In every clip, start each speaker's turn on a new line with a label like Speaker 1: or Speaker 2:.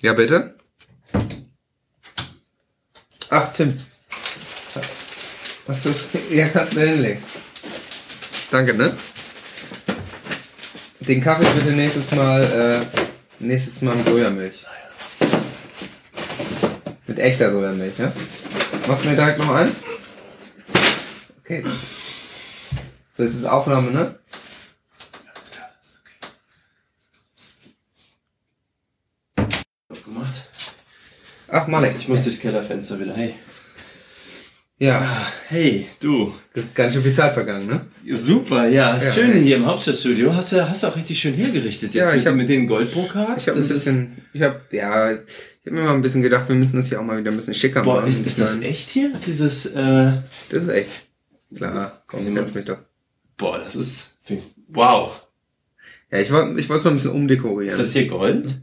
Speaker 1: Ja, bitte? Ah. Ach, Tim. Hast du, ja, kannst du mir hinlegen. Danke, ne? Den Kaffee bitte nächstes Mal, äh, nächstes Mal mit Sojamilch. Mit echter Sojamilch, ne? Machst du mir direkt noch ein? Okay. So, jetzt ist Aufnahme, ne?
Speaker 2: Aufgemacht.
Speaker 1: Ach, Mann,
Speaker 2: Ich muss durchs Kellerfenster wieder. Hey.
Speaker 1: Ja,
Speaker 2: Hey, du.
Speaker 1: ist ganz schön viel Zeit vergangen, ne?
Speaker 2: Super, ja. ist
Speaker 1: Ja.
Speaker 2: Schön in hier im Hauptstadtstudio. Hast du hast du auch richtig schön hergerichtet jetzt
Speaker 1: Ja, ich
Speaker 2: mit,
Speaker 1: hab-
Speaker 2: mit den Goldbrokat.
Speaker 1: Ich habe ein
Speaker 2: Das ist-
Speaker 1: bisschen, ich habe, ja, ich habe mir mal ein bisschen gedacht, wir müssen das hier auch mal wieder ein bisschen schicker
Speaker 2: Boah,
Speaker 1: machen.
Speaker 2: ist, ist das
Speaker 1: Ich mein,
Speaker 2: echt hier? Dieses, äh,
Speaker 1: Das ist echt. Klar, komm,
Speaker 2: Ich
Speaker 1: du
Speaker 2: nehm
Speaker 1: kennst mich doch.
Speaker 2: boah, das ist, wow.
Speaker 1: Ja, ich wollte ich wollte mal ein bisschen umdekorieren.
Speaker 2: Ist das hier Gold?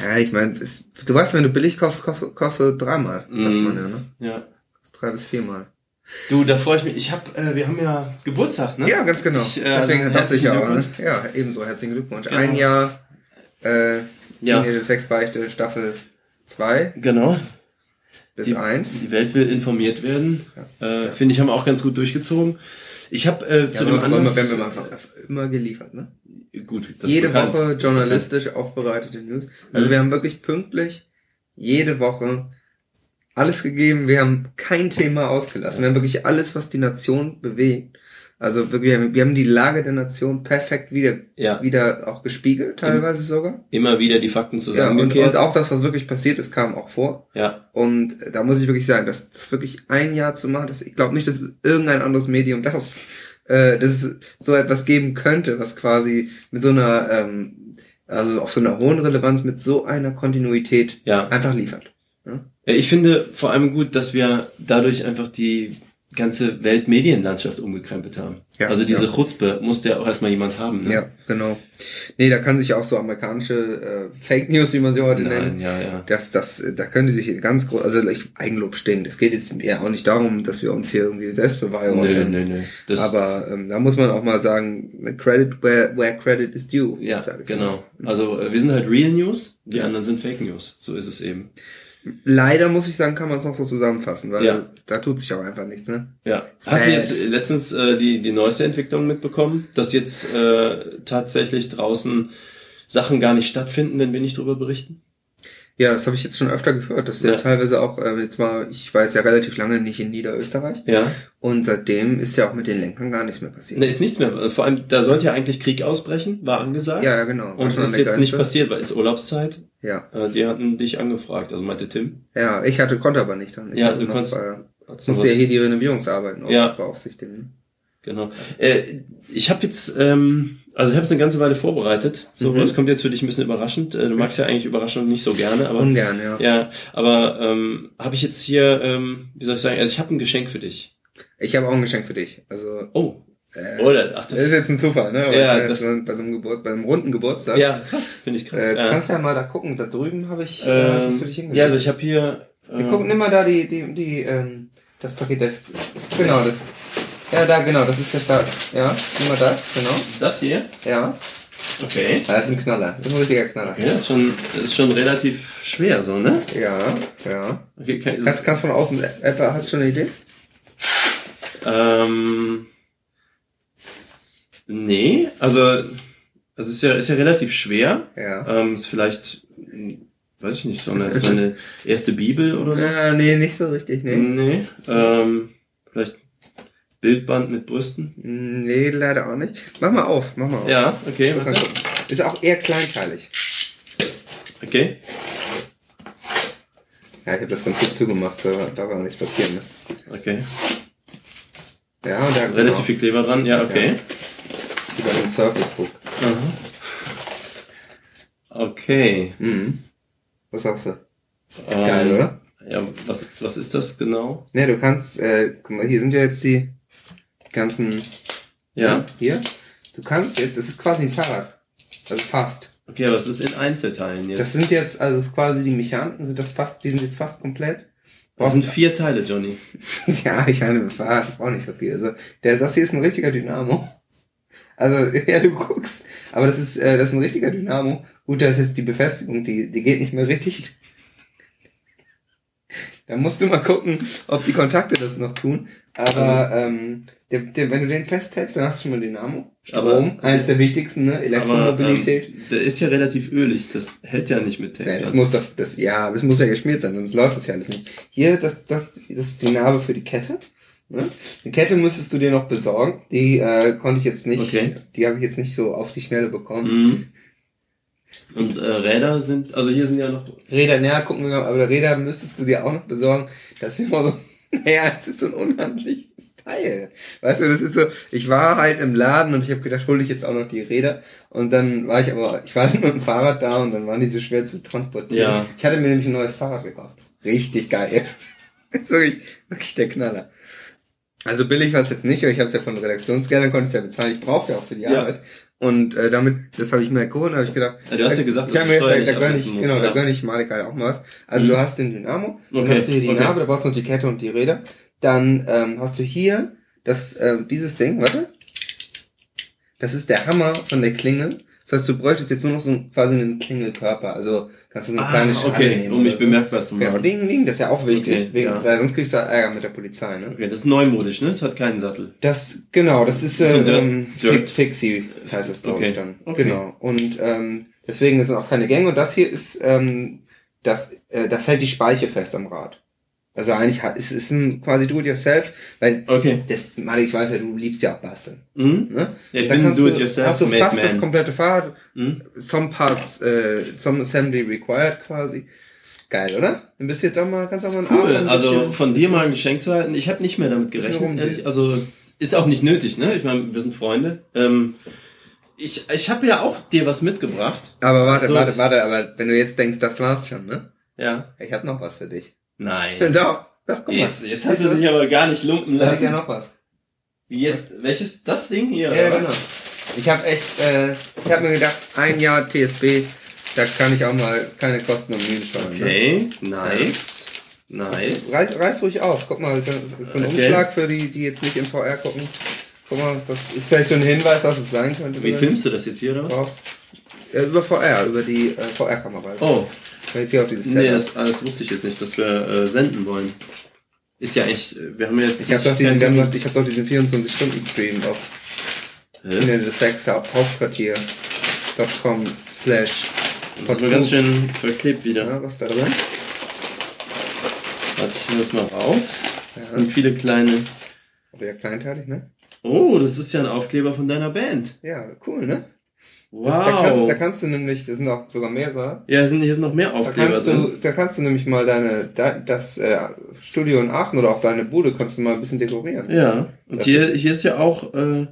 Speaker 1: ja, ich meine, es- du weißt, wenn du billig kaufst, kaufst, kaufst du dreimal, sagt
Speaker 2: Mhm.
Speaker 1: man ja, ne?
Speaker 2: Ja.
Speaker 1: Drei bis viermal.
Speaker 2: Du, da freue ich mich. Ich hab, äh, wir haben ja Geburtstag, ne?
Speaker 1: Ja, ganz genau.
Speaker 2: Ich, äh,
Speaker 1: Deswegen
Speaker 2: also,
Speaker 1: dachte ich ja auch,
Speaker 2: herzlichen
Speaker 1: ne? Ja, ebenso, herzlichen Glückwunsch.
Speaker 2: Genau.
Speaker 1: Ein Jahr, äh,
Speaker 2: Ja.
Speaker 1: ja. Sexbeichte, Staffel 2
Speaker 2: Genau.
Speaker 1: bis
Speaker 2: Die-
Speaker 1: 1.
Speaker 2: Die Welt will informiert werden. Äh, Finde ich, haben wir auch ganz gut durchgezogen. Ich habe äh, zu
Speaker 1: Ja,
Speaker 2: dem
Speaker 1: aber
Speaker 2: anderen.
Speaker 1: immer, wenn wir mal, immer geliefert, ne?
Speaker 2: Gut, das
Speaker 1: jede
Speaker 2: ist bekannt.
Speaker 1: Woche journalistisch aufbereitete News. Also
Speaker 2: Mhm.
Speaker 1: wir haben wirklich pünktlich jede Woche alles gegeben. Wir haben kein Thema ausgelassen. Wir haben wirklich alles, was die Nation bewegt. Also wirklich, wir haben- wir haben die Lage der Nation perfekt wieder,
Speaker 2: Ja.
Speaker 1: wieder auch gespiegelt, teilweise sogar.
Speaker 2: Immer wieder die Fakten
Speaker 1: Ja, und, und
Speaker 2: zusammengekehrt.
Speaker 1: auch das, was wirklich passiert ist, kam auch vor.
Speaker 2: Ja,
Speaker 1: Und da muss ich wirklich sagen, dass das wirklich ein Jahr zu machen, das, ich glaube nicht, dass irgendein anderes Medium das, äh, dass es so etwas geben könnte, was quasi mit so einer, ähm, also auf so einer hohen Relevanz mit so einer Kontinuität
Speaker 2: ja.
Speaker 1: einfach liefert.
Speaker 2: Ja, Ich finde vor allem gut, dass wir dadurch einfach die ganze Weltmedienlandschaft umgekrempelt haben.
Speaker 1: Ja,
Speaker 2: also diese
Speaker 1: ja.
Speaker 2: Chutzpe muss ja auch erstmal jemand haben. Ne?
Speaker 1: Ja, genau. Nee, da kann sich auch so amerikanische äh, Fake News, wie man sie heute nennt,
Speaker 2: Nein, ja, ja.
Speaker 1: Das, das, äh, da könnte sich ganz groß, also ich, Eigenlob stehen. Es geht jetzt ja auch nicht darum, dass wir uns hier irgendwie selbst
Speaker 2: Nö,
Speaker 1: beweihräuchern.
Speaker 2: nö, nö. Das,
Speaker 1: Aber ähm, da muss man auch mal sagen, credit where, where credit is due.
Speaker 2: ja,
Speaker 1: sag ich
Speaker 2: genau.
Speaker 1: mal. Mhm.
Speaker 2: Also äh, wir sind halt Real News, die anderen sind Fake News. So ist es eben.
Speaker 1: Leider muss ich sagen, kann man es noch so zusammenfassen, weil
Speaker 2: Ja.
Speaker 1: da tut sich auch einfach nichts, ne?
Speaker 2: Ja.
Speaker 1: Sad.
Speaker 2: Hast du jetzt äh, letztens äh, die, die neueste Entwicklung mitbekommen, dass jetzt äh, tatsächlich draußen Sachen gar nicht stattfinden, wenn wir nicht drüber berichten?
Speaker 1: Ja, das habe ich jetzt schon öfter gehört, dass ja
Speaker 2: Ja.
Speaker 1: teilweise auch, äh, jetzt mal, ich war jetzt ja relativ lange nicht in Niederösterreich
Speaker 2: Ja.
Speaker 1: und seitdem ist ja auch mit den Lenkern gar nichts mehr passiert.
Speaker 2: Ne, ist nichts mehr. Vor allem, da sollte ja eigentlich Krieg ausbrechen, war angesagt.
Speaker 1: Ja, ja, genau. War
Speaker 2: Und
Speaker 1: schon an
Speaker 2: ist
Speaker 1: der
Speaker 2: jetzt nicht
Speaker 1: Grenze.
Speaker 2: passiert, weil es Urlaubszeit.
Speaker 1: Ja,
Speaker 2: Äh, Die hatten dich angefragt, also meinte Tim.
Speaker 1: ja, ich hatte, konnte aber nicht dann. Ich
Speaker 2: Ja,
Speaker 1: hatte
Speaker 2: du
Speaker 1: noch,
Speaker 2: konntest-
Speaker 1: Äh,
Speaker 2: Hat's noch
Speaker 1: musste ja
Speaker 2: was-
Speaker 1: hier die Renovierungsarbeiten auch
Speaker 2: Ja.
Speaker 1: beaufsichtigen.
Speaker 2: Genau. Äh, ich habe jetzt, ähm, also ich habe es eine ganze Weile vorbereitet. So,
Speaker 1: Mhm.
Speaker 2: was kommt jetzt für dich ein bisschen überraschend. Äh, du magst ja eigentlich Überraschungen nicht so gerne, aber
Speaker 1: Ungern, ja.
Speaker 2: ja, aber ähm, habe ich jetzt hier, ähm, wie soll ich sagen, also ich habe ein Geschenk für dich.
Speaker 1: Ich habe auch ein Geschenk für dich. Also,
Speaker 2: Oh,
Speaker 1: äh,
Speaker 2: oder? Ach,
Speaker 1: Das ist
Speaker 2: das,
Speaker 1: jetzt ein Zufall, ne? Aber
Speaker 2: Ja,
Speaker 1: jetzt
Speaker 2: das-
Speaker 1: bei so einem Geburt, bei einem runden Geburtstag.
Speaker 2: ja, krass, finde ich krass.
Speaker 1: Äh,
Speaker 2: ja.
Speaker 1: Kannst ja mal da gucken. Da drüben habe ich. da hast du dich
Speaker 2: ähm,
Speaker 1: hingelegt.
Speaker 2: ja, also ich habe hier.
Speaker 1: Wir
Speaker 2: ähm,
Speaker 1: gucken immer da die die die ähm, das Paket. Das, genau das. Ja, da genau. Das ist der Start. Ja, immer das. Genau.
Speaker 2: das hier.
Speaker 1: Ja.
Speaker 2: Okay.
Speaker 1: Ah, Das ist ein Knaller. Das ist ein richtiger Knaller.
Speaker 2: Okay, das ist schon, das ist schon relativ schwer, so ne?
Speaker 1: Ja, ja.
Speaker 2: Okay, kann,
Speaker 1: Kannst, kannst von außen etwa, hast du schon eine Idee?
Speaker 2: Ähm, nee, also, also es ist ja, ist ja relativ schwer.
Speaker 1: Ja.
Speaker 2: Ähm, ist vielleicht, hm, weiß ich nicht, so eine, so eine erste Bibel oder so. Mhm.
Speaker 1: Äh, nee, nicht so richtig, nee.
Speaker 2: Nee. Ähm, vielleicht Bildband mit Brüsten.
Speaker 1: Nee, leider auch nicht. Mach mal auf, mach mal auf.
Speaker 2: Ja, okay,
Speaker 1: Kannst mal
Speaker 2: warte.
Speaker 1: gucken. Ist auch eher kleinteilig.
Speaker 2: Okay.
Speaker 1: Ja, ich habe das ganz gut zugemacht, da, da war nichts passiert, ne?
Speaker 2: Okay.
Speaker 1: Ja, und da
Speaker 2: Relativ viel Kleber dran, ja, okay.
Speaker 1: über den Surface Book.
Speaker 2: Aha. Okay.
Speaker 1: Mhm. Was sagst du?
Speaker 2: Ähm,
Speaker 1: Geil, oder?
Speaker 2: Ja, was, was ist das genau?
Speaker 1: Ne, du kannst, äh, guck mal, hier sind ja jetzt die ganzen, ne,
Speaker 2: Ja.
Speaker 1: hier. Du kannst jetzt, es ist quasi ein Fahrrad. Also fast.
Speaker 2: Okay, aber es ist in Einzelteilen jetzt.
Speaker 1: Das sind jetzt, also es ist quasi die Mechaniken, sind das fast, die sind jetzt fast komplett.
Speaker 2: das sind vier Teile, Johnny.
Speaker 1: ja, ich meine, das Fahrrad ist auch nicht so viel. Also, der, das hier ist ein richtiger Dynamo. Also, ja, du guckst. Aber das ist, äh, das ist ein richtiger Dynamo. Gut, das ist jetzt die Befestigung, die, die geht nicht mehr richtig. Da musst du mal gucken, ob die Kontakte das noch tun. Aber
Speaker 2: Also-
Speaker 1: ähm, der, der, wenn du den festhältst, dann hast du schon mal Dynamo. Strom,
Speaker 2: Aber-
Speaker 1: eins der wichtigsten, ne?
Speaker 2: Aber
Speaker 1: Elektromobilität.
Speaker 2: ähm, der ist ja relativ ölig, das hält ja nicht mit Tape.
Speaker 1: Nee, das
Speaker 2: an.
Speaker 1: muss doch, das, ja, das muss ja geschmiert sein, sonst läuft das ja alles nicht. Hier, das, das, das ist die Narbe für die Kette. Ne? Die Kette müsstest du dir noch besorgen. Die äh, konnte ich jetzt nicht,
Speaker 2: Okay.
Speaker 1: die habe ich jetzt nicht so auf die Schnelle bekommen.
Speaker 2: Mhm. Und äh, Räder sind, also hier sind ja noch
Speaker 1: Räder näher gucken wir, aber Räder müsstest du dir auch noch besorgen. Das ist immer so, naja, es ist so ein unhandliches Teil. Weißt du, das ist so, ich war halt im Laden und ich habe gedacht, hole ich jetzt auch noch die Räder. Und dann war ich aber, ich war dann mit dem Fahrrad da und dann waren die so schwer zu transportieren.
Speaker 2: Ja.
Speaker 1: Ich hatte mir nämlich ein neues Fahrrad gekauft. Richtig geil. ist wirklich, wirklich der Knaller. Also billig war es jetzt nicht, aber ich habe es ja von Redaktionsgeldern, konnte es ja bezahlen. Ich brauche es ja auch für die
Speaker 2: Ja.
Speaker 1: Arbeit. Und äh, damit, das habe ich mir geholt, habe ich gedacht,
Speaker 2: Ja, du hast ja gesagt,
Speaker 1: ich
Speaker 2: dass
Speaker 1: hab
Speaker 2: du
Speaker 1: mir
Speaker 2: Steuern
Speaker 1: gedacht,
Speaker 2: nicht
Speaker 1: da gönn ich,
Speaker 2: absetzen musst,
Speaker 1: Genau, da
Speaker 2: ja.
Speaker 1: gönn ich Malik halt auch mal was. Also
Speaker 2: Mhm.
Speaker 1: du hast den Dynamo, dann
Speaker 2: Okay,
Speaker 1: hast du hier die
Speaker 2: okay.
Speaker 1: Narbe, da brauchst du noch die Kette und die Räder. Dann ähm, hast du hier das, ähm, dieses Ding, warte. Das ist der Hammer von der Klinge. Das heißt, du bräuchtest jetzt nur noch so einen, quasi einen Klingelkörper. Also kannst du so eine
Speaker 2: ah,
Speaker 1: kleine Schale
Speaker 2: okay,
Speaker 1: nehmen
Speaker 2: um mich
Speaker 1: oder so.
Speaker 2: bemerkbar zu
Speaker 1: Genau,
Speaker 2: machen.
Speaker 1: Ding, Ding, das ist ja auch wichtig,
Speaker 2: Okay,
Speaker 1: wegen,
Speaker 2: ja.
Speaker 1: weil sonst kriegst du Ärger mit der Polizei, ne?
Speaker 2: Okay, das ist neumodisch, ne? Das hat keinen Sattel.
Speaker 1: Das, genau, das ist
Speaker 2: So
Speaker 1: äh,
Speaker 2: ein Dirt-
Speaker 1: ähm,
Speaker 2: Dirt-
Speaker 1: Fi- Fixie heißt das, glaube
Speaker 2: Okay.
Speaker 1: ich, dann.
Speaker 2: Okay.
Speaker 1: Genau. Und ähm, deswegen sind auch keine Gänge. Und das hier ist, ähm, das, äh, das hält die Speiche fest am Rad. Also eigentlich ha- es ist ein quasi do-it-yourself, weil
Speaker 2: Okay.
Speaker 1: das, Malik, ich weiß ja, du liebst ja auch basteln.
Speaker 2: Mhm.
Speaker 1: Ne?
Speaker 2: Ja, ich
Speaker 1: Dann
Speaker 2: bin ein
Speaker 1: kannst du-
Speaker 2: Do-it-yourself
Speaker 1: Hast du
Speaker 2: made
Speaker 1: fast
Speaker 2: man.
Speaker 1: das komplette Fahrrad,
Speaker 2: Mhm.
Speaker 1: some parts, äh, some assembly required quasi. Geil, oder? Dann bist du jetzt auch mal, kannst auch mal einen
Speaker 2: Cool,
Speaker 1: Abend ein
Speaker 2: also
Speaker 1: bisschen-
Speaker 2: von dir mal ein Geschenk zu halten. Ich habe nicht mehr damit
Speaker 1: Bisschen
Speaker 2: gerechnet,
Speaker 1: rumgehen.
Speaker 2: ehrlich. Also es ist auch nicht nötig, ne? Ich meine, wir sind Freunde. Ähm, ich ich habe ja auch dir was mitgebracht.
Speaker 1: Aber warte,
Speaker 2: So.
Speaker 1: warte, warte, aber wenn du jetzt denkst, das war's schon, ne?
Speaker 2: Ja.
Speaker 1: Ich hab noch was für dich.
Speaker 2: Nein.
Speaker 1: Doch, doch, guck mal.
Speaker 2: Jetzt, jetzt hast du dich aber gar nicht lumpen
Speaker 1: Da ist ja
Speaker 2: lassen.
Speaker 1: noch was.
Speaker 2: Wie jetzt? Welches? Das Ding hier?
Speaker 1: Ja,
Speaker 2: oder was?
Speaker 1: genau. Ich habe echt, äh, ich habe mir gedacht, ein Jahr TSB, da kann ich auch mal keine Kosten und Mühen sparen.
Speaker 2: Okay, nice. Nice.
Speaker 1: Ne? Reiß, reiß ruhig auf. Guck mal, das ist ein, das ist ein
Speaker 2: Okay.
Speaker 1: Umschlag für die, die jetzt nicht im VR gucken. Guck mal, das ist vielleicht schon ein Hinweis, was es sein könnte.
Speaker 2: Wie filmst du das jetzt hier, oder was?
Speaker 1: Drauf. Äh, über VR, über die äh, VR-Kamera.
Speaker 2: Oh,
Speaker 1: Wenn jetzt hier auf dieses
Speaker 2: nee,
Speaker 1: Setup.
Speaker 2: das, ah, das wusste ich jetzt nicht, dass wir äh, senden wollen. Ist ja echt, äh, wir haben ja jetzt...
Speaker 1: ich habe
Speaker 2: nicht
Speaker 1: doch diesen, wir
Speaker 2: keinen-
Speaker 1: haben doch- ich hab doch diesen 24-Stunden-Stream auf
Speaker 2: Hä?
Speaker 1: Internet des Sex Hauptquartier.com slash
Speaker 2: Das ist mir ganz schön verklebt wieder.
Speaker 1: Ja, was da drin?
Speaker 2: Warte, ich nehme das mal raus. Das
Speaker 1: Ja.
Speaker 2: sind viele kleine...
Speaker 1: Aber ja kleinteilig, ne?
Speaker 2: Oh, das ist ja ein Aufkleber von deiner Band.
Speaker 1: Ja, cool, ne?
Speaker 2: Wow.
Speaker 1: Da, kannst, da kannst du nämlich, da sind auch sogar mehrere.
Speaker 2: ja, sind, hier sind noch mehr
Speaker 1: Da
Speaker 2: Aufkleber
Speaker 1: kannst,
Speaker 2: drin.
Speaker 1: du, da kannst du nämlich mal deine, de, das äh, Studio in Aachen oder auch deine Bude kannst du mal ein bisschen dekorieren.
Speaker 2: Ja, und
Speaker 1: Das-
Speaker 2: hier, hier ist ja auch äh,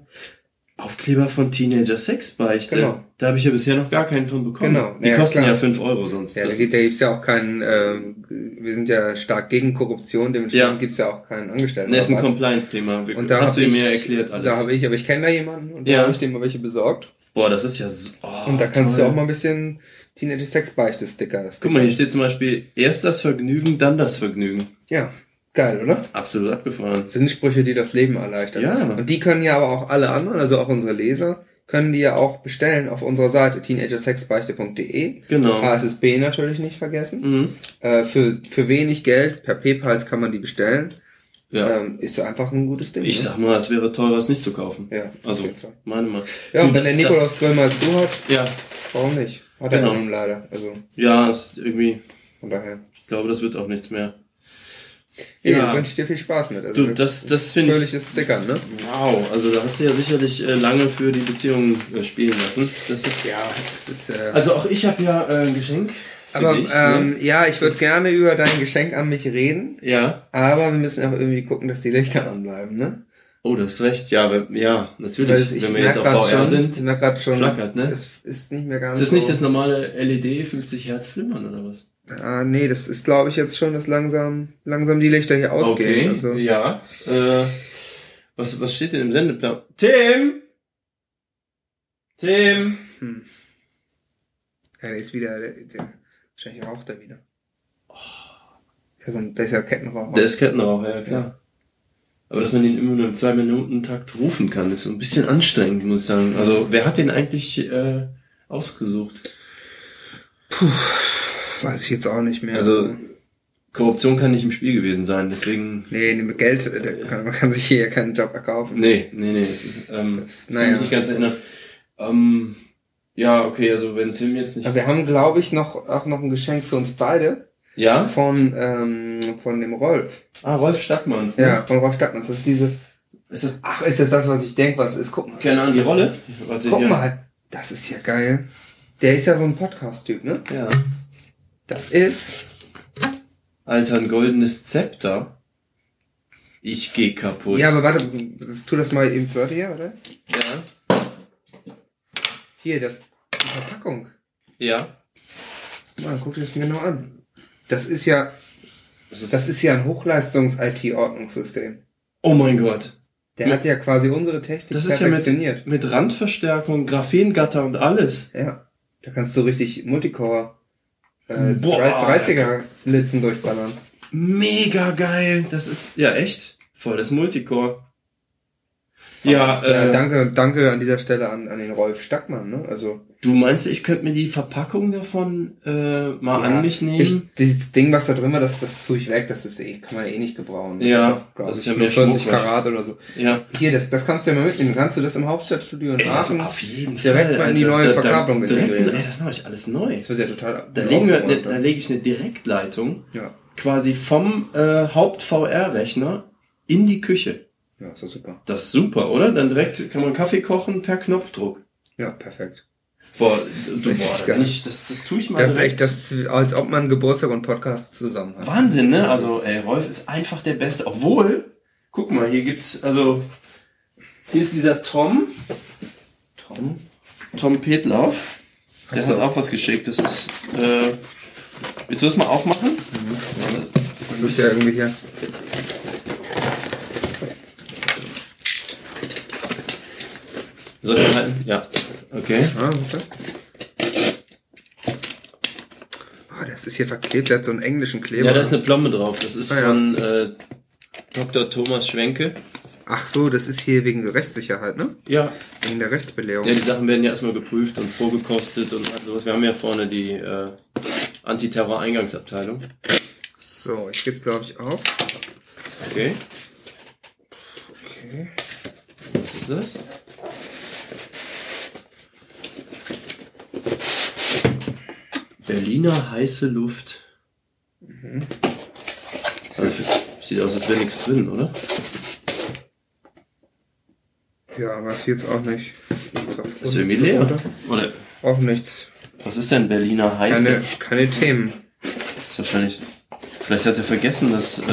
Speaker 2: Aufkleber von Teenager Sex Beichte.
Speaker 1: Genau.
Speaker 2: Da habe ich ja bisher noch gar keinen von bekommen.
Speaker 1: Genau.
Speaker 2: Die
Speaker 1: Ja,
Speaker 2: kosten
Speaker 1: klar.
Speaker 2: ja 5 Euro sonst.
Speaker 1: Ja, da,
Speaker 2: Das-
Speaker 1: geht, da gibt's ja auch keinen, ähm, wir sind ja stark gegen Korruption, dementsprechend
Speaker 2: Ja.
Speaker 1: gibt's ja auch keinen Angestellten.
Speaker 2: Ne, ist ein Compliance-Thema. Wir-
Speaker 1: und da
Speaker 2: Hast du
Speaker 1: hab
Speaker 2: ihm
Speaker 1: ich-
Speaker 2: ja erklärt alles.
Speaker 1: Da habe ich, aber ich kenne da jemanden und
Speaker 2: Ja.
Speaker 1: da habe ich dem mal welche besorgt.
Speaker 2: Boah, das ist ja so. Oh,
Speaker 1: Und da kannst
Speaker 2: toll.
Speaker 1: du auch mal ein bisschen Teenage Sex Beichte Sticker.
Speaker 2: Guck mal, hier steht zum Beispiel erst das Vergnügen, dann das Vergnügen.
Speaker 1: Ja, geil, oder?
Speaker 2: Absolut abgefahren.
Speaker 1: Sinnsprüche, die das Leben erleichtern.
Speaker 2: Ja.
Speaker 1: Und die können ja aber auch alle anderen, also auch unsere Leser, können die ja auch bestellen auf unserer Seite teenagersexbeichte.de.
Speaker 2: Genau.
Speaker 1: HSSB natürlich nicht vergessen.
Speaker 2: Mhm.
Speaker 1: Äh, für, für wenig Geld, per PayPal kann man die bestellen.
Speaker 2: Ja.
Speaker 1: Ähm, ist einfach ein gutes Ding.
Speaker 2: ich
Speaker 1: ne?
Speaker 2: sag mal, es wäre teurer, es nicht zu kaufen.
Speaker 1: Ja, auf
Speaker 2: Also,
Speaker 1: jeden Fall.
Speaker 2: meine Meinung.
Speaker 1: Ja, und
Speaker 2: Du,
Speaker 1: wenn der Nikolaus Grill mal zu hat,
Speaker 2: ja,
Speaker 1: warum nicht? Hat
Speaker 2: Genau.
Speaker 1: er nun leider. Also,
Speaker 2: ja, ist irgendwie.
Speaker 1: von daher.
Speaker 2: Ich glaube, das wird auch nichts mehr.
Speaker 1: Ja.
Speaker 2: Ja.
Speaker 1: wünsche ich dir viel Spaß mit. Also,
Speaker 2: Du, das, das finde ich.
Speaker 1: fröhliches Stickern, ne?
Speaker 2: Wow, also da hast du ja sicherlich äh, lange für die Beziehung äh, spielen lassen. Das ist,
Speaker 1: ja, das ist, äh,
Speaker 2: also auch ich habe ja äh, ein Geschenk. Für
Speaker 1: aber,
Speaker 2: dich,
Speaker 1: ähm,
Speaker 2: ne?
Speaker 1: ja, ich würde gerne über dein Geschenk an mich reden.
Speaker 2: Ja.
Speaker 1: Aber wir müssen auch irgendwie gucken, dass die Lichter anbleiben, ne?
Speaker 2: Oh, du hast recht. Ja, wenn, ja, natürlich. wenn wir
Speaker 1: merk
Speaker 2: jetzt auf
Speaker 1: grad
Speaker 2: VR
Speaker 1: schon, Ich
Speaker 2: sind.
Speaker 1: merk grad schon,
Speaker 2: flackert, ne?
Speaker 1: Es ist nicht mehr ganz
Speaker 2: Ist das nicht
Speaker 1: so.
Speaker 2: das normale LED 50 Hertz Flimmern oder was?
Speaker 1: Ah, nee, das ist, glaube ich, jetzt schon, dass langsam, langsam die Lichter hier ausgehen.
Speaker 2: okay,
Speaker 1: Also,
Speaker 2: ja. Äh, was, was steht denn im Sendeplan? Tim! Tim!
Speaker 1: hm. Ja, der ist wieder, der, der, wahrscheinlich raucht er wieder. Oh. Ja, so ein besser Kettenraucher.
Speaker 2: Der ist Kettenraucher, ja klar. Aber dass man den immer nur im Zwei-Minuten-Takt rufen kann, ist so ein bisschen anstrengend, muss ich sagen. Also wer hat den eigentlich äh, ausgesucht?
Speaker 1: Weiß ich jetzt auch nicht mehr.
Speaker 2: Also Korruption kann nicht im Spiel gewesen sein, deswegen...
Speaker 1: nee, nee, mit Geld, äh, da kann, man kann sich hier keinen Job erkaufen.
Speaker 2: Nee, nee, nee. Das ist, ähm,
Speaker 1: Das,
Speaker 2: Kann
Speaker 1: naja.
Speaker 2: mich nicht ganz erinnern. Ähm, ja, okay, also wenn Tim jetzt nicht...
Speaker 1: Aber wir haben, glaube ich, noch auch noch ein Geschenk für uns beide
Speaker 2: Ja?
Speaker 1: von ähm, von dem Rolf.
Speaker 2: Ah, Rolf Stackmanns. Ne?
Speaker 1: Ja, von Rolf Stadtmanns. Das ist diese.
Speaker 2: Ist das...
Speaker 1: Ach, ist das das, was ich denke, was es ist? Guck mal.
Speaker 2: Keine Ahnung, die Rolle? Warte,
Speaker 1: Guck
Speaker 2: hier.
Speaker 1: mal, das ist ja geil. Der ist ja so ein Podcast-Typ, ne?
Speaker 2: Ja.
Speaker 1: Das ist.
Speaker 2: Alter, ein goldenes Zepter. Ich geh kaputt.
Speaker 1: Ja, aber warte, tu das mal eben dort hier, oder?
Speaker 2: Ja.
Speaker 1: Hier, das die Verpackung.
Speaker 2: ja.
Speaker 1: Mal, guck dir das mal genau an. Das ist ja,
Speaker 2: Das ist,
Speaker 1: das ist ja ein Hochleistungs-IT-Ordnungssystem.
Speaker 2: oh mein Gott.
Speaker 1: Der
Speaker 2: Ja.
Speaker 1: hat ja quasi unsere Technik
Speaker 2: Das ist ja mit, mit Randverstärkung, Graphengatter und alles.
Speaker 1: Ja, Da kannst du richtig Multicore äh,
Speaker 2: Boah.
Speaker 1: 30er Litzen durchballern.
Speaker 2: Mega geil. Das ist, ja echt, voll das Multicore. Ja, äh,
Speaker 1: ja, danke, danke an dieser Stelle an, an den Rolf Stackmann, ne? Also
Speaker 2: du meinst, ich könnte mir die Verpackung davon äh, mal
Speaker 1: ja,
Speaker 2: an mich nehmen?
Speaker 1: Ich, dieses Ding, was da drin war, das, das tue ich weg, das ist eh, kann man eh nicht gebrauchen.
Speaker 2: Ja,
Speaker 1: das ist, auch, glaub
Speaker 2: das ist
Speaker 1: ich,
Speaker 2: ja
Speaker 1: nur
Speaker 2: mehr
Speaker 1: 40
Speaker 2: Schmuck, was-
Speaker 1: Karat oder so.
Speaker 2: ja.
Speaker 1: Hier, das, das kannst du ja mal mitnehmen. Kannst du das im Hauptstadtstudio in
Speaker 2: Ey, das
Speaker 1: Aachen?
Speaker 2: auf jeden
Speaker 1: direkt
Speaker 2: Fall.
Speaker 1: mal in die
Speaker 2: Alter.
Speaker 1: neue
Speaker 2: Da- da-
Speaker 1: Verkabelung
Speaker 2: Direkt,
Speaker 1: integrieren.
Speaker 2: ey, das mache ich alles neu.
Speaker 1: Das wird ja total.
Speaker 2: Da, legen wir,
Speaker 1: aufgeräumt,
Speaker 2: da
Speaker 1: ne?
Speaker 2: lege ich eine Direktleitung
Speaker 1: Ja,
Speaker 2: quasi vom äh, Haupt-VR-Rechner in die Küche.
Speaker 1: ja, ist doch super.
Speaker 2: Das ist super, oder? Dann direkt kann man Kaffee kochen per Knopfdruck.
Speaker 1: Ja, perfekt.
Speaker 2: Boah, du,
Speaker 1: Richtig
Speaker 2: boah,
Speaker 1: geil.
Speaker 2: wenn ich, das, das tue ich mal
Speaker 1: Das ist
Speaker 2: direkt.
Speaker 1: echt, das ist, als ob man Geburtstag und Podcast zusammen hat.
Speaker 2: Wahnsinn, ne? Also, ey, Rolf ist einfach der Beste. Obwohl, guck mal, hier gibt's, also, hier ist dieser Tom,
Speaker 1: Tom?
Speaker 2: Tom Petlauf. Der
Speaker 1: Ach so.
Speaker 2: hat auch was geschickt. Das ist, äh, willst du das mal aufmachen? Mhm. Das,
Speaker 1: Das ist ja irgendwie hier.
Speaker 2: Soll ich halten? Ja. Okay.
Speaker 1: Ah, warte. Ah, das ist hier verklebt, der hat so einen englischen Kleber.
Speaker 2: Ja, da ist eine Plombe drauf. Das ist
Speaker 1: Ah, ja.
Speaker 2: von äh, Dr. Thomas Schwenke.
Speaker 1: Ach so, das ist hier wegen der Rechtssicherheit, ne?
Speaker 2: Ja.
Speaker 1: Wegen der Rechtsbelehrung.
Speaker 2: Ja, die Sachen werden ja erstmal geprüft und vorgekostet und all sowas. Wir haben ja vorne die äh, Antiterror-Eingangsabteilung.
Speaker 1: So, ich geht's glaube ich auf.
Speaker 2: Okay.
Speaker 1: Okay.
Speaker 2: Was ist das? Berliner heiße Luft.
Speaker 1: Mhm.
Speaker 2: Also, sieht aus, als wäre nichts drin, oder?
Speaker 1: Ja, weiß ich jetzt auch nicht. So,
Speaker 2: Ist irgendwie leer.
Speaker 1: runter.
Speaker 2: Oder
Speaker 1: Auch nichts.
Speaker 2: was ist denn Berliner heiße?
Speaker 1: Keine, keine Themen.
Speaker 2: Ist wahrscheinlich. Vielleicht hat er vergessen, dass. Äh,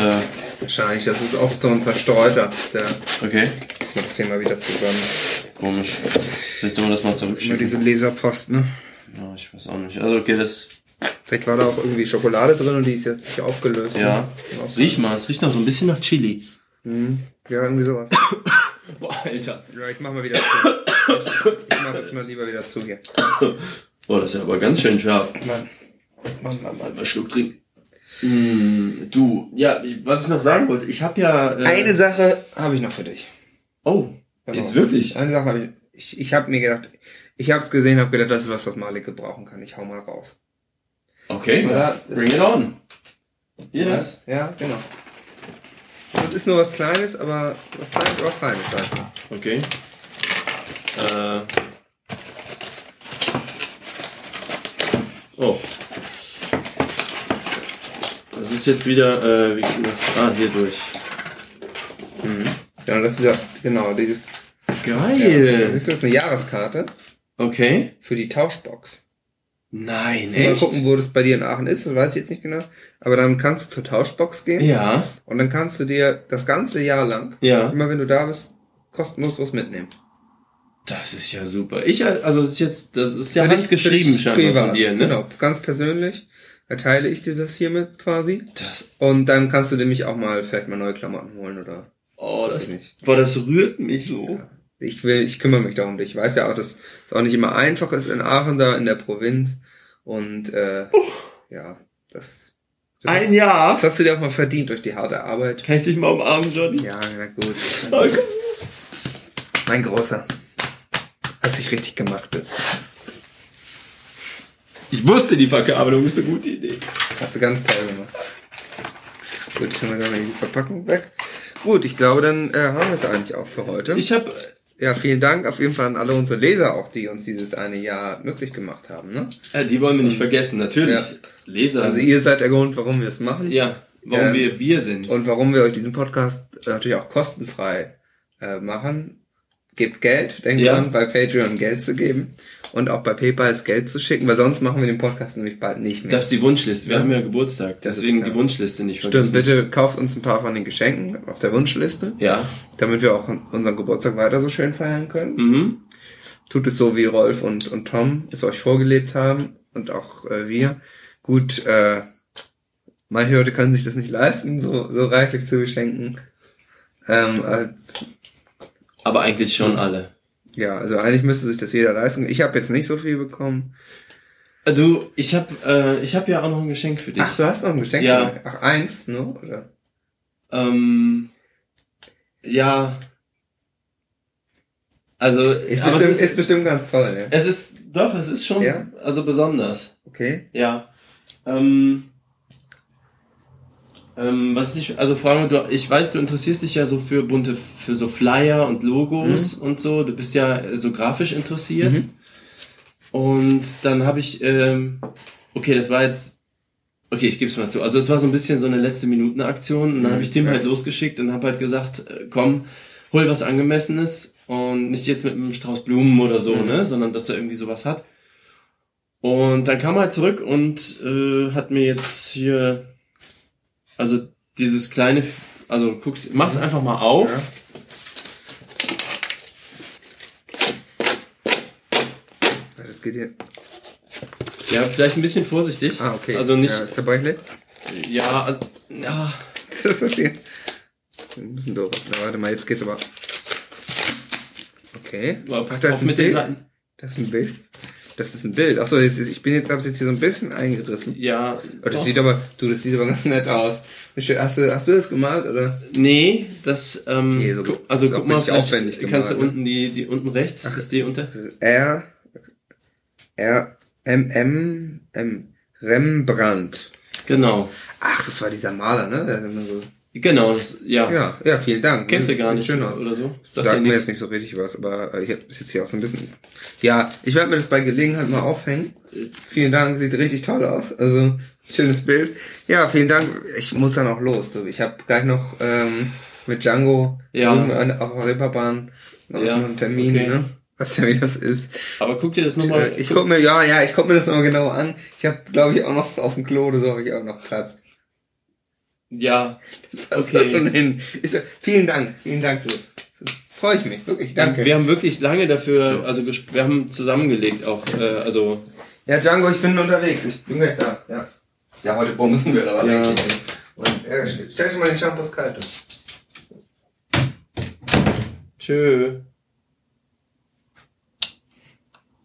Speaker 1: Wahrscheinlich, das ist oft so ein zerstreuter. Der macht
Speaker 2: okay.
Speaker 1: das hier mal wieder zusammen.
Speaker 2: Komisch. Vielleicht soll man das mal
Speaker 1: Immer
Speaker 2: zurückschicken.
Speaker 1: diese Leserpost, ne?
Speaker 2: Ja, ich weiß auch nicht. Also okay, das.
Speaker 1: Vielleicht war da auch irgendwie Schokolade drin und die ist jetzt sich aufgelöst.
Speaker 2: Ja.
Speaker 1: Kann auch sein.
Speaker 2: Riech mal, es riecht noch so ein bisschen nach Chili.
Speaker 1: Mhm. Ja, irgendwie sowas.
Speaker 2: Boah, Alter.
Speaker 1: ja, ich mach mal wieder zu. Ich mach jetzt mal lieber wieder zu hier.
Speaker 2: Boah, das ist ja aber ganz schön scharf.
Speaker 1: Mann. Mann, Mann, Mann.
Speaker 2: Mal einen Schluck trinken. Mm, du, ja, was ich noch sagen wollte, ich habe ja. Äh,
Speaker 1: Eine Sache habe ich noch für dich.
Speaker 2: Oh,
Speaker 1: Genau.
Speaker 2: jetzt wirklich.
Speaker 1: Eine Sache habe ich. Ich, ich habe mir gedacht, ich habe es gesehen, habe gedacht, das ist was, was Malik gebrauchen kann. Ich hau mal raus.
Speaker 2: Okay,
Speaker 1: Ja, das-
Speaker 2: bring it on. Hier das.
Speaker 1: Ja, genau. Das ist nur was Kleines, aber was Kleines, aber Feines. sag ich mal.
Speaker 2: Okay. Äh. Oh. Das ist jetzt wieder, äh, wie ging das? Ah, hier durch.
Speaker 1: Ja, das ist ja, genau, dieses. Ja,
Speaker 2: Geil!
Speaker 1: siehst du, das ist eine Jahreskarte
Speaker 2: Okay.
Speaker 1: für die Tauschbox.
Speaker 2: Nein,
Speaker 1: Mal
Speaker 2: echt?
Speaker 1: gucken, wo das bei dir in Aachen ist, das weiß ich jetzt nicht genau. Aber dann kannst du zur Tauschbox gehen
Speaker 2: Ja,
Speaker 1: und dann kannst du dir das ganze Jahr lang,
Speaker 2: ja.
Speaker 1: immer wenn du da bist, kostenlos was mitnehmen.
Speaker 2: Das ist ja super. Ich, also, es ist jetzt, das ist ja
Speaker 1: Für dich- für
Speaker 2: handgeschrieben
Speaker 1: dich
Speaker 2: scheinbar von
Speaker 1: privat,
Speaker 2: dir, ne?
Speaker 1: Genau, ganz persönlich erteile ich dir das hiermit quasi.
Speaker 2: Das,
Speaker 1: Und dann kannst du nämlich auch mal vielleicht mal neue Klamotten holen oder
Speaker 2: oh,
Speaker 1: weiß ich
Speaker 2: das,
Speaker 1: nicht.
Speaker 2: boah, das rührt mich so.
Speaker 1: Ja. Ich will, ich kümmere mich darum. Ich weiß ja auch, dass es auch nicht immer einfach ist in Aachen da in der Provinz. Und äh, ja, das Das
Speaker 2: Ein
Speaker 1: hast,
Speaker 2: Jahr?
Speaker 1: Das hast du dir auch mal verdient durch die harte Arbeit.
Speaker 2: Kann ich dich mal umarmen, Johnny?
Speaker 1: Ja, na gut.
Speaker 2: Oh, komm.
Speaker 1: Mein Großer. Hast dich richtig gemacht. Du.
Speaker 2: Ich wusste, die Verkabelung ist eine gute Idee.
Speaker 1: Hast du ganz toll gemacht. Gut, ich nehme gerade die Verpackung weg. Gut, ich glaube, dann äh, haben wir es eigentlich auch für heute.
Speaker 2: Ich habe
Speaker 1: ja, vielen Dank auf jeden Fall an alle unsere Leser auch, die uns dieses eine Jahr möglich gemacht haben. Ne?
Speaker 2: äh, die wollen wir nicht vergessen, natürlich.
Speaker 1: Ja.
Speaker 2: Leser.
Speaker 1: Also ihr seid der Grund, warum wir es machen.
Speaker 2: ja, warum
Speaker 1: Ähm,
Speaker 2: wir wir sind.
Speaker 1: Und warum wir euch diesen Podcast äh, natürlich auch kostenfrei äh, machen. Gebt Geld, denkt
Speaker 2: Ja.
Speaker 1: dran, bei Patreon Geld zu geben und auch bei PayPal Geld zu schicken, weil sonst machen wir den Podcast nämlich bald nicht mehr.
Speaker 2: Das ist die Wunschliste. Wir haben ja Geburtstag,
Speaker 1: Das ist
Speaker 2: deswegen
Speaker 1: klar.
Speaker 2: die Wunschliste nicht
Speaker 1: Stimmt,
Speaker 2: vergessen.
Speaker 1: bitte kauft uns ein paar von den Geschenken auf der Wunschliste,
Speaker 2: Ja.
Speaker 1: damit wir auch unseren Geburtstag weiter so schön feiern können.
Speaker 2: Mhm.
Speaker 1: Tut es so, wie Rolf und, und Tom es euch vorgelebt haben und auch äh, wir. Gut, äh, manche Leute können sich das nicht leisten, so, so reichlich zu beschenken. Ähm, äh,
Speaker 2: Aber eigentlich schon alle.
Speaker 1: Ja, also eigentlich müsste sich das jeder leisten. Ich habe jetzt nicht so viel bekommen.
Speaker 2: Äh, Du, ich habe äh, ich hab ja auch noch ein Geschenk für dich.
Speaker 1: Ach, du hast noch ein Geschenk?
Speaker 2: Ja.
Speaker 1: gemacht? Ach, eins, ne? Oder?
Speaker 2: Ähm, ja. Also,
Speaker 1: Ist,
Speaker 2: aber
Speaker 1: bestimmt,
Speaker 2: es,
Speaker 1: ist,
Speaker 2: ist,
Speaker 1: bestimmt ganz toll, ne?
Speaker 2: es ist, doch, es ist schon,
Speaker 1: Ja?
Speaker 2: also besonders.
Speaker 1: Okay.
Speaker 2: Ja. Ähm, ähm, was ich, also Frank, du, ich weiß, du interessierst dich ja so für bunte, für so Flyer und Logos und so. Du bist ja äh, so grafisch interessiert.
Speaker 1: Mhm.
Speaker 2: Und dann habe ich, ähm, okay, das war jetzt, okay, ich gebe es mal zu. Also es war so ein bisschen so eine letzte Minuten Aktion. Und dann
Speaker 1: Mhm,
Speaker 2: habe ich Tim
Speaker 1: ja.
Speaker 2: halt losgeschickt und habe halt gesagt, äh, komm, hol was Angemessenes und nicht jetzt mit einem Strauß Blumen oder so,
Speaker 1: Mhm.
Speaker 2: ne, sondern dass er irgendwie sowas hat. Und dann kam er halt zurück und äh, hat mir jetzt hier, also dieses kleine, also guck's,
Speaker 1: Mhm.
Speaker 2: mach's einfach mal auf.
Speaker 1: Ja. Ja, Das geht hier.
Speaker 2: Ja, vielleicht ein bisschen vorsichtig.
Speaker 1: Ah, okay.
Speaker 2: Also nicht,
Speaker 1: Ja, ist zerbrechlich.
Speaker 2: ja, also, ja,
Speaker 1: Das ist das hier. Ein bisschen doof. Na, warte mal, jetzt geht's aber. Okay.
Speaker 2: aber
Speaker 1: Ach,
Speaker 2: pass
Speaker 1: das
Speaker 2: auf
Speaker 1: ist ein
Speaker 2: mit den
Speaker 1: Bild.
Speaker 2: Seiten.
Speaker 1: Das ist ein Bild. Das ist ein Bild. Achso, jetzt, ist- ich bin jetzt, hab's jetzt hier so ein bisschen eingerissen.
Speaker 2: Ja,
Speaker 1: Oh, das
Speaker 2: doch.
Speaker 1: sieht aber, du, das sieht aber ganz nett aus. Hast du, hast du das gemalt, oder?
Speaker 2: nee, das, ähm,
Speaker 1: Nee, so
Speaker 2: gu-
Speaker 1: ist
Speaker 2: also
Speaker 1: auch
Speaker 2: guck mal,
Speaker 1: richtig
Speaker 2: vielleicht
Speaker 1: aufwendig
Speaker 2: kannst du
Speaker 1: gemalt, ne?
Speaker 2: unten die, die unten rechts, ist die unter,
Speaker 1: R, R, M, M, M, Rembrandt.
Speaker 2: genau,
Speaker 1: Ach, das war dieser Maler, ne? Der hat immer so,
Speaker 2: genau, das, ja.
Speaker 1: ja, ja, vielen Dank.
Speaker 2: kennst du gar
Speaker 1: Sieht
Speaker 2: nicht
Speaker 1: Schön aus.
Speaker 2: oder so,
Speaker 1: Sagt,
Speaker 2: dir
Speaker 1: mir
Speaker 2: nichts.
Speaker 1: jetzt nicht so richtig was, aber äh, ich hab bis jetzt hier auch so ein bisschen. Ja, ich werde mir das bei Gelegenheit mal aufhängen. Vielen Dank, sieht richtig toll aus. Also, schönes Bild. Ja, vielen Dank. Ich muss dann auch los. Du. Ich habe gleich noch ähm, mit Django
Speaker 2: Ja.
Speaker 1: drüben an- auf der Reeperbahn noch
Speaker 2: Ja,
Speaker 1: einen Termin,
Speaker 2: okay.
Speaker 1: ne? Weißt du, wie das ist? Äh,
Speaker 2: Aber guck dir das nochmal,
Speaker 1: ich guck mir, ja, ja, ich guck mir das nochmal genau an. Ich habe, glaube ich, auch noch auf dem Klo oder so habe ich auch noch Platz.
Speaker 2: ja,
Speaker 1: Das
Speaker 2: Okay.
Speaker 1: okay. schon hin. Ist, ja- vielen Dank, vielen Dank, du. Freue ich mich, wirklich, danke.
Speaker 2: Wir haben wirklich lange dafür,
Speaker 1: So.
Speaker 2: also ges- wir haben zusammengelegt auch, äh, also
Speaker 1: Ja, Django, ich bin unterwegs. Ich bin gleich da. Ja, ja heute bumsen wir aber
Speaker 2: Ja.
Speaker 1: wirklich. Und, ja, stell schon mal den Shampoos kalt.
Speaker 2: tschö.